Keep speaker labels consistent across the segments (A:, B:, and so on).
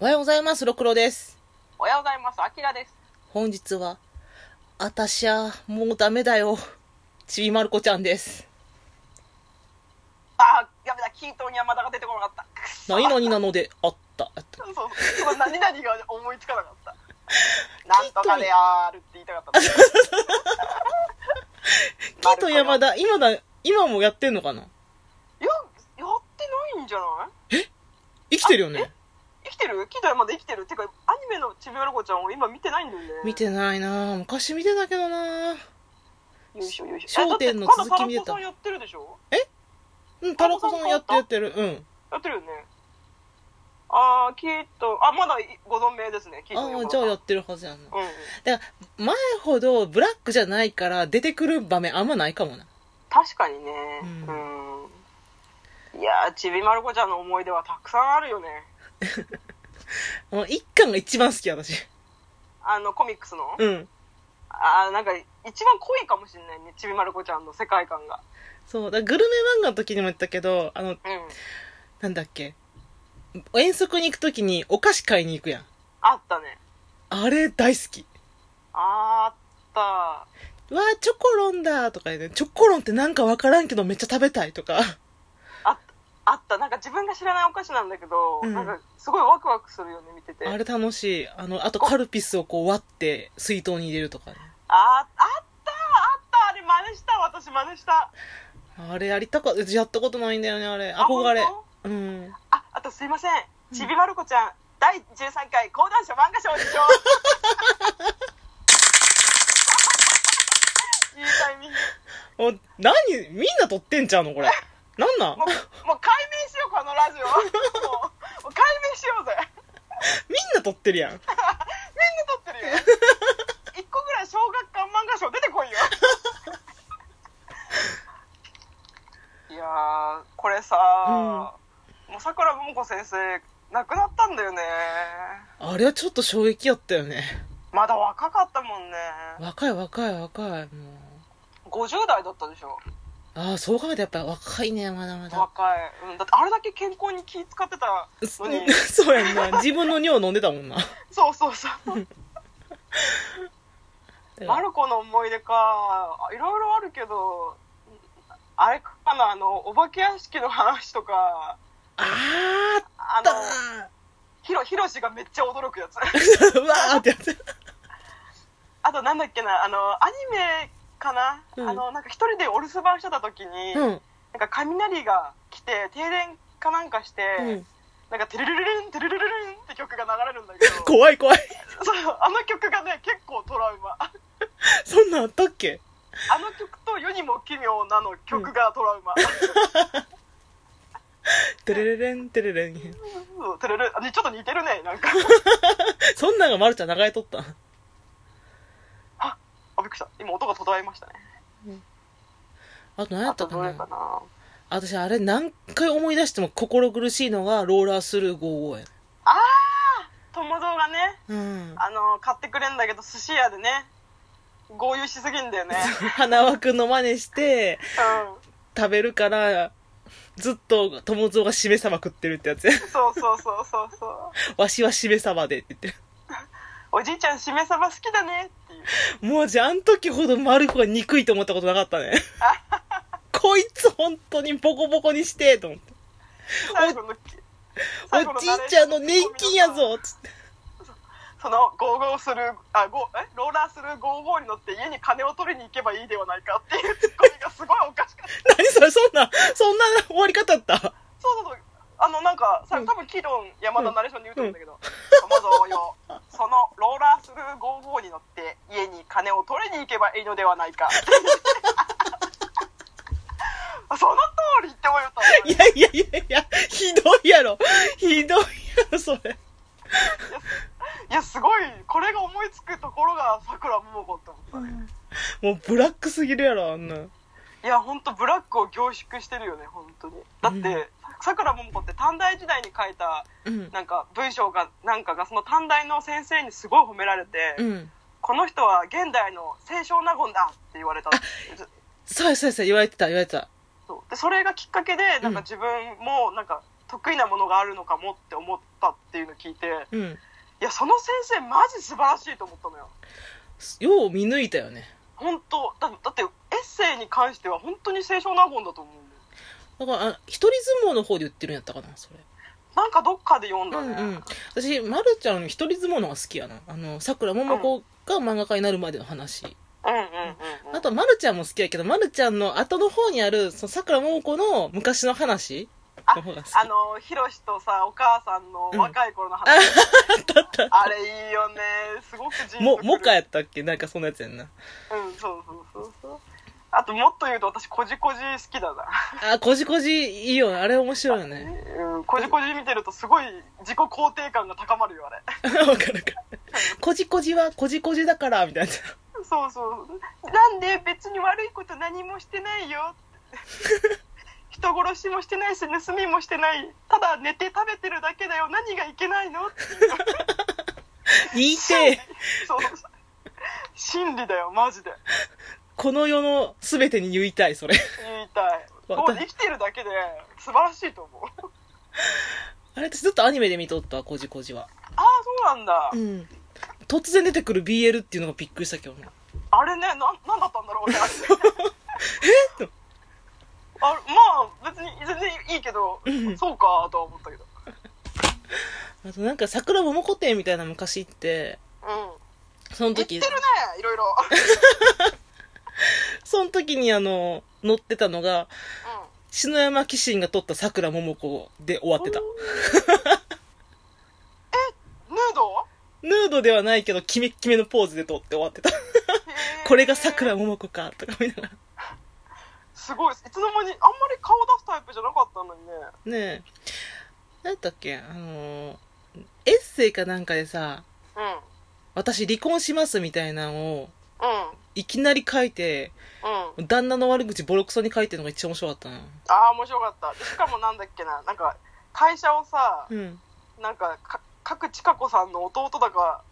A: おはようございます、ろくろです。
B: おはようございます。あきらです。
A: 本日は、あたしゃ、もうダメだよ。ちびまる子ちゃんです。
B: あー、やべだ、キートに山田が出てこなかった。くっそ
A: 何々なので、あった、あった。
B: そうそう。その何々が思いつかな かった。なんとかであるって言いたかった。
A: キート山
B: 田。
A: 田、今だ、今もやってんのかない
B: や、やってないんじゃない
A: 生きてるよね
B: 生きてるキート山田生きてるてか、アニメのちびまる子ちゃんを今見てないんだよね。
A: 見てないなぁ昔見てたけどなぁ
B: よいしょよいしょ。
A: 笑点の続き見てた
B: えだって今度タラコさんやってるでしょ
A: うん、タラコさんやってやってる。うん。
B: やってるよね。あー、キート、あ、まだご存命ですね、キート
A: あ
B: 山
A: あ、
B: 田
A: じ
B: さ
A: ゃ
B: ん。
A: あやってるはずやな。
B: うん。
A: だから、前ほどブラックじゃないから出てくる場面あんまないかもな。
B: 確かにね
A: う
B: うんん、いやーちびまる子ちゃんの思い出はたくさんあるよね
A: あの一巻が一番好き、私。
B: あのコミックスの、
A: うん。
B: あーなんか一番濃いかもしれないねちびまる子ちゃんの世界観が
A: そう。だからグルメ漫画の時にも言ったけど、あの、
B: うん
A: なんだっけ遠足に行くときにお菓子買いに行くやん。
B: あったね
A: あれ大好き。
B: あった
A: うわーチョコロンだとか言って、チョコロンってなんかわからんけどめっちゃ食べたいとか。
B: ああったなんか自分が知らないお菓子なんだけど、
A: うん
B: なんかすごいワクワクするよね見てて
A: あれ楽しい。あの、あとカルピスをこう割って水筒に入れるとかね。
B: ああったあったあれ真似した私真似した
A: あれやりたかった。やったことないんだよね、あれ。憧れ
B: あ。本
A: うん。
B: 当ああとすいませんちびまる子ちゃん、第13回講談社漫画賞受賞 いいタイミング
A: お、何みんな撮ってんちゃうのこれ。なんなん
B: もうもう解明しようこのラジオもうもう解明しようぜ
A: みんな撮ってるやん。
B: みんな撮ってるよ一個ぐらい小学館漫画賞出てこいよ いやーこれさ、もうさくらももこ先生亡くなったんだよね
A: あれはちょっと衝撃やったよね。
B: まだ若かったもんね
A: 若い若い若い。もう。
B: 50代だったでしょ
A: ああ、そう考えたらやっぱ若いね、まだまだ。
B: 若い、うん、だってあれだけ健康に気使ってた
A: そ
B: の に
A: そうやんな自分の尿飲んでたもんな
B: そうそうそうマルコの思い出かいろいろあるけどあれかなあのお化け屋敷の話とか
A: あー
B: あ
A: っ
B: の
A: た
B: ひろひろしがめっちゃ驚くやつ
A: ー うわーってやつ
B: あとなんだっけなあのアニメかな、
A: うん
B: あのなんか一人でお留守番してた時に、
A: う
B: なん
A: ん
B: か雷が来て停電かなんかして、
A: うん
B: なんかテルルルルンテルルルルンって曲が流れるんだけど
A: 怖い怖い
B: そうあの曲がね結構トラウマ
A: そんなんあったっけ
B: あの曲と「世にも奇妙な」の曲がトラウマ、
A: テレレレンテレレン
B: そうてれれあちょっと似てるねなんか
A: そんなんがまるちゃん流れとった
B: あびっくりした今音が途絶えましたね
A: あと何や
B: あ
A: った
B: と
A: か
B: どれ
A: な
B: かな
A: 私あれ何回思い出しても心苦しいのがローラースルー55や
B: あー友蔵がね
A: うん
B: あの買ってくれんだけど寿司屋でね豪遊しすぎんだよね
A: 花輪君の真似して
B: う
A: 食べるからずっと友蔵がしめ鯖食ってるってやつや
B: んそうそうそうそうそう
A: わしはしめ鯖でって言ってる
B: おじいちゃんしめ鯖好きだねっていう
A: もうじゃあ、あの時ほどマルコが憎いと思ったことなかったね。こいつ本当にボコボコにして、と思って。
B: 最後の最後
A: お
B: の
A: じい
B: ナレー
A: ち
B: ショ
A: ゃ
B: ン
A: んの年金やぞ、つって。
B: そのゴーゴーするあゴーえローラーするゴーゴーに乗って家に金を取りに行けばいいではないかっていうツッコミがすごいおかしかった
A: 何それ、そんな、そんな終わり方だった
B: そうそうそうあのなんかさ
A: うん
B: 多分キロン山田ナレーションで言うと思うんだけど、友蔵よそのローラースルー55に乗って家に金を取りに行けばいいのではな いかその通りって思った
A: いやいやいやいや、ひどいやろ。ひどいやろ、それ。
B: いやすごいこれが思いつくところがさくらももこって思ったね、
A: もうブラックすぎるやろ、あんな。
B: いやほんとブラックを凝縮してるよね本当にだって、
A: うん
B: さくらももこって短大時代に書いた
A: うん。
B: なんか文章がなんかがその短大の先生にすごい褒められて、
A: うん。
B: この人は現代の清少納言だって言われたんです
A: そうやそうやそうや、言われてた、言われてた。
B: そうでそれがきっかけでなんか
A: うん
B: 自分もなんか得意なものがあるのかもって思ったっていうの聞いて
A: うん。
B: いやその先生マジ素晴らしいと思ったのよ
A: よう見抜いたよね。
B: 本当だだってエッセイに関しては本当に清少納言だと思うんだよ
A: だから、あ一人相撲の方で言ってるんやったかな、それ。
B: なんかどっかで読ん
A: う
B: だ
A: ん
B: ね、
A: うん。私、まるちゃんの一人相撲の方が好きやな。あの、桜ももこが漫画家になるまでの話。
B: うんうんうんうん
A: あと、まるちゃんも好きやけど、まるちゃんの後の方にある、その桜ももこの昔の話の方が好き。
B: あのひろしとさお母さんの若い頃の 話、あれいいよねすごくジーンと
A: も、
B: くる
A: もかやったっけなんかそんなやつやんな。
B: うんそうそうそうそうあともっと言うと私こじこじ好きだな
A: あ、こじこじいいよね。あれ面白いよね。
B: うんこじこじ見てるとすごい自己肯定感が高まるよあれ
A: わかるか。こじこじはこじこじだから、みたいな。
B: そうそうなんで別に悪いこと何もしてな いよって人殺しもしてないし盗みもしてないただ寝て食べてるだけだよ何がいけないのって
A: 言いて、
B: そう真理だよマジで
A: この世の全てに言いたい、それ。
B: 言いたい
A: わ
B: も
A: か
B: う
A: る
B: 生きてるだけで素晴らしいと思う
A: あれ私ずっとアニメで見とった、こじこじは。
B: ああそうなんだ、
A: うん。突然出てくる BL っていうのがびっくりしたけどな。
B: あれねななんだったんだろ うねあれ
A: えっと
B: あまあ別に全然いいけど
A: ん
B: そうかとは思ったけど
A: あとなんか桜桃子店みたいな昔行って、
B: う
A: その
B: ん言って
A: 時
B: るね、いろいろ、
A: その時にあの、乗ってたのが、
B: う
A: 篠山紀信が撮った桜桃子で終わってた。
B: ん、ヌード
A: ヌードではないけど、キメッキメのポーズで撮って終わってた。
B: へー
A: これが桜桃子か、とか見ながら。
B: すごいいつの間にあんまり顔出すタイプじゃなかったのにね
A: ねえ何だっけあのーエッセイかなんかでさ
B: うん
A: 私離婚しますみたいなのを
B: うん
A: いきなり書いて
B: うん
A: 旦那の悪口ボロクソに書いてるのが一番面白かったな
B: ああ面白かったでしかもなんだっけななんか会社をさ
A: うん
B: なんかか各千佳子さんの弟だか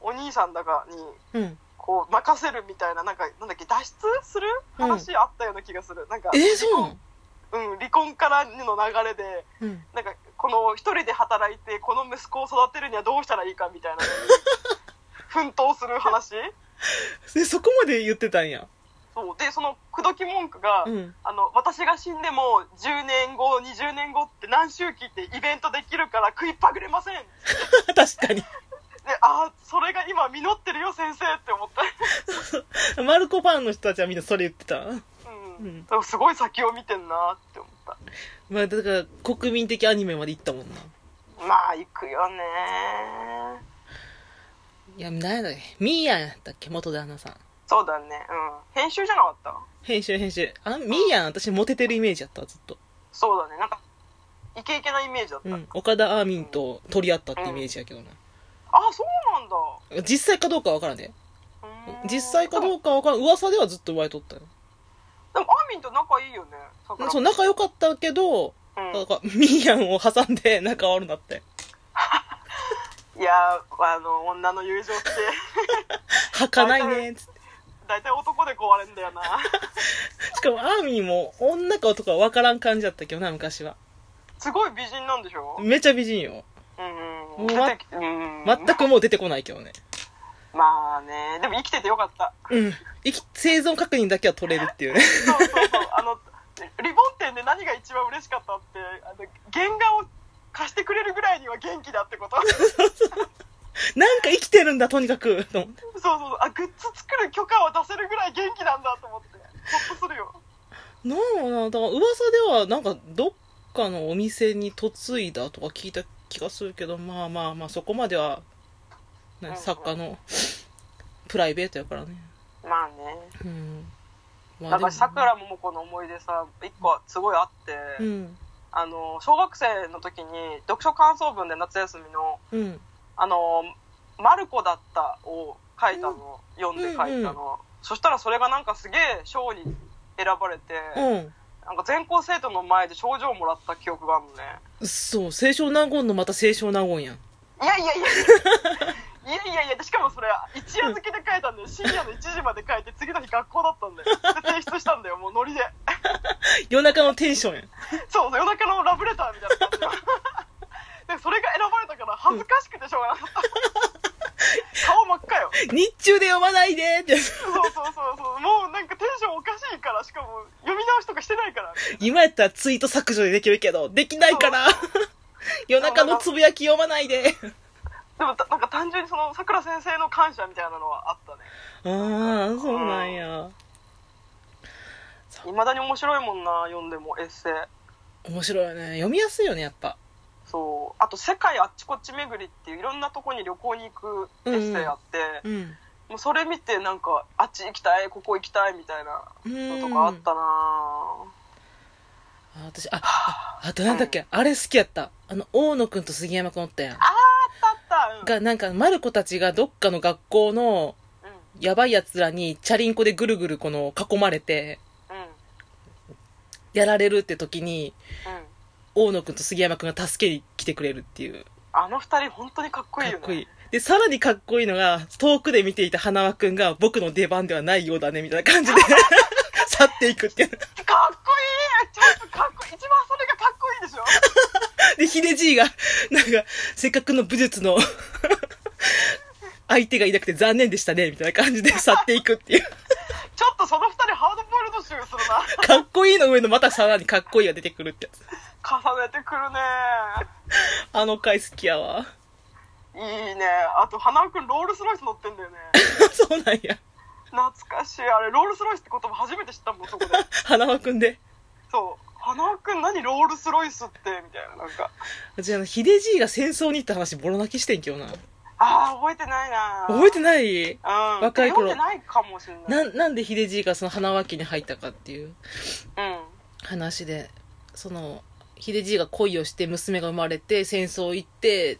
B: お兄さんだかに
A: うん
B: こう任せるみたいななんかなんだっけ脱出する
A: うん
B: 話あったような気がする、なんか
A: えー、そうなの
B: うん離婚からの流れで
A: うん
B: なんかこの一人で働いてこの息子を育てるにはどうしたらいいかみたいな奮闘する話
A: でそこまで言ってたんや
B: そうでその口説き文句が、
A: うん
B: あの私が死んでも10年後20年後って何周期ってイベントできるから食いっぱぐれません で
A: 確かに
B: ああそれが今実ってるよ先生って思った、
A: マルコファンの人たちはみんなそれ言ってた
B: うん
A: うん
B: でもすごい先を見てんなって思った
A: まあだから国民的アニメまで行ったもんな
B: まあ行くよね
A: いや何やだっけミーヤンやったっけ元旦那さん
B: そうだねうん編集じゃなかった
A: 編集編集あミーヤン私モテてるイメージやったわずっと
B: そうだねなんかイケイケなイメージだった、
A: うん、岡田アーミンと取り合ったってイメージやけどな、
B: あそうなんだ
A: 実際かどうかは分からんで
B: うーん
A: 実際か
B: でも
A: どうかは分からん噂ではずっと言われとったよ
B: でもアーミンと仲いいよね桜
A: そう仲良かったけど、
B: うん
A: なんかミーヤンを挟んで仲悪なって
B: いやーあの女の友情って
A: はかないねっつって
B: 大体男で壊れん だよな
A: しかもアーミンも女か男か分からん感じだったけどな昔は
B: すごい美人なんでしょ
A: めちゃ美人よ
B: うん
A: も
B: う
A: うんま
B: 出てきうん
A: 全くもう出てこないけどね
B: まあねでも生きててよかった
A: うん生き生存確認だけは取れるっていうね
B: そうそうそうあのリボン店で何が一番嬉しかったってあの原画を貸してくれるぐらいには元気だって ことそう
A: なんか生きてるんだとにかくと思って
B: そうそうあグッズ作る許可を出せるぐらい元気なんだと思ってホッとするよ
A: なんやろなだから噂ではなんかどっかのお店に嫁いだとか聞いた気がするけどまあまあまあそこまでは、ね
B: うんうん
A: 作家の プライベートやからね
B: まあね
A: うんま
B: なんかさく
A: ら
B: らももこの思い出さ一個すごいあって、
A: うん
B: あの小学生の時に読書感想文で夏休みの
A: うん
B: 「あのマルコだった」を書いたの、読んで書いたの、そしたらそれがなんかすげえ賞に選ばれて、
A: うん
B: なんか全校生徒の前で賞状をもらった記憶があるのね
A: そう清少納言のまた清少納言やん
B: いやいやいやいいやいやいやしかもそれ一夜漬けで書いたんだよ深夜の1時まで書いて次の日学校だったんだよで提出したんだよもうノリで
A: 夜中のテンションや
B: そう夜中のラブレターみたいな感じ でそれが選ばれたから恥ずかしくてしょうがなかった顔真っ赤よ
A: 日中で読まないでって
B: そうそうそうそうもうなんかテンションおかしいからしかも読み直しとかしてないから
A: 今やったらツイート削除できるけどできないから 夜中のつぶやき読まないで
B: でもたなんか単純にそのさくら先生の感謝みたいなのはあったね
A: ああそうなんや
B: いまだに面白いもんな読んでもエッセイ
A: 面白いよね読みやすいよねやっぱ
B: そうあと「世界あっちこっち巡り」っていういろんなとこに旅行に行くエッセイあって、
A: うん
B: もうそれ見てなんかあっち行きたいここ行きたいみたいなのとかあったな
A: あ私あああとなんだっけ、あれ好きやったあの大野くんと杉山くんおったやん
B: ああったあった
A: がなんかマルコたちがどっかの学校の
B: うんうん
A: やばいやつらにチャリンコでぐるぐるこの囲まれて
B: うん
A: やられるって時に
B: うん
A: 大野くんと杉山くんが助けに来てくれるっていう
B: あの二人本当にかっこい
A: か
B: いよ
A: っ
B: ね
A: こいいでさらにかっこいいのが遠くで見ていた花輪くんが僕の出番ではないようだねみたいな感じで去っていくっていう
B: かっこいいちょっとかっこいい一番それがかっこいいでしょ
A: で秀じいがなんかせっかくの武術の相手がいなくて残念でしたねみたいな感じで去っていくっていう
B: ちょっとその二人ハードボイルド集するな
A: かっこいいの上のまたさらにかっこいいが出てくるってやつ
B: 重ねてくるね
A: あの回好きやわ
B: いいねあと花輪君ロールスロイス乗ってんだよね
A: そうなんや
B: 懐かしいあれロールスロイスって言葉初めて知ったもんそこで
A: 花輪くんで
B: そう花輪君何ロールスロイスってみたいななんか
A: うちあの秀じいが戦争に行った話ボロ泣きしてんけどな
B: ああ覚えてないな
A: 覚えてない
B: うん、
A: 若い頃
B: 読んでないかもしれない
A: ななんで秀じいがその花輪家に入ったかっていう
B: うん
A: 話でその秀じいが恋をして娘が生まれて戦争行って